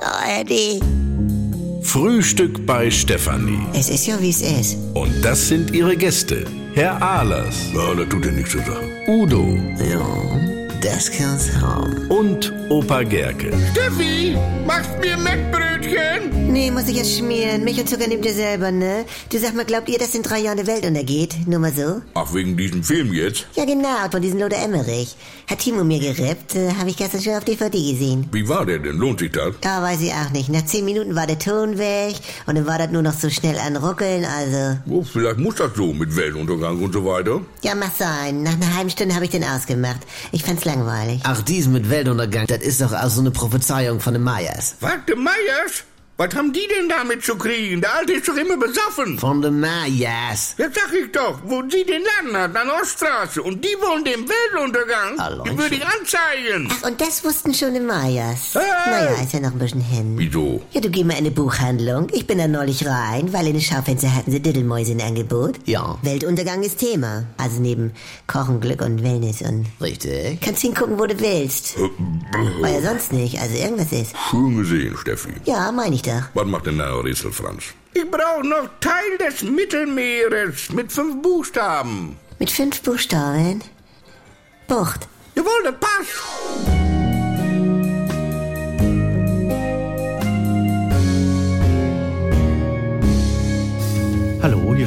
ARD. Frühstück bei Stefanie. Es ist ja, wie es ist. Und das sind ihre Gäste. Herr Ahlers. Ja, da tut er nichts zu sagen. Udo Ja, das kann's haben. und Opa Gerke. Steffi, machst mir Mettbrötchen? Nee, muss ich jetzt schmieren. Milch und Zucker nehmt ihr selber, ne? Du sag mal, glaubt ihr, dass in drei Jahren die Welt untergeht? Nur mal so? Ach, wegen diesem Film jetzt? Ja, genau, von diesem Loder Emmerich. Hat Timo mir gerippt, äh, habe ich gestern schon auf DVD gesehen. Wie war der denn? Lohnt sich das? Ja, weiß ich auch nicht. Nach zehn Minuten war der Ton weg und dann war das nur noch so schnell an Ruckeln, also... Oh, vielleicht muss das so mit Weltuntergang und so weiter. Ja, mach sein. Nach einer halben Stunde habe ich den ausgemacht. Ich fand's langweilig. Ach, dies mit Weltuntergang, das ist doch auch so eine Prophezeiung von den Meyers. Warte, Meyers? Was haben die denn damit zu kriegen? Der Alte ist doch immer besoffen. Von den Meyers. Jetzt sag ich doch, wo sie den Laden hat, an Oststraße. Und die wollen den Weltuntergang. Allein die würde ich anzeigen. Ach, und das wussten schon die Mayas. Hey! Naja, ist ja noch ein bisschen hin. Wieso? Ja, du geh mal in eine Buchhandlung. Ich bin da neulich rein, weil in den Schaufenster hatten sie Diddelmäuse in Angebot. Ja. Weltuntergang ist Thema. Also neben Kochen, Glück und Wellness und... Richtig. Kannst hingucken, wo du willst. War ja sonst nicht, also irgendwas ist. Äh, Schön gesehen, Steffi. Ja, meine ich doch. Was macht denn der Rätsel, Franz? Ich brauche noch Teil des Mittelmeeres mit fünf Buchstaben. Mit fünf Buchstaben. Bucht. Jawohl, das passt. Hallo, hier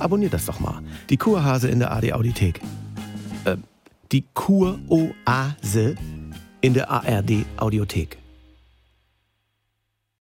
Abonniert das doch mal. Die Kurhase in der AD Audiothek. Ähm, Äh, die Kuroase in der ARD Audiothek.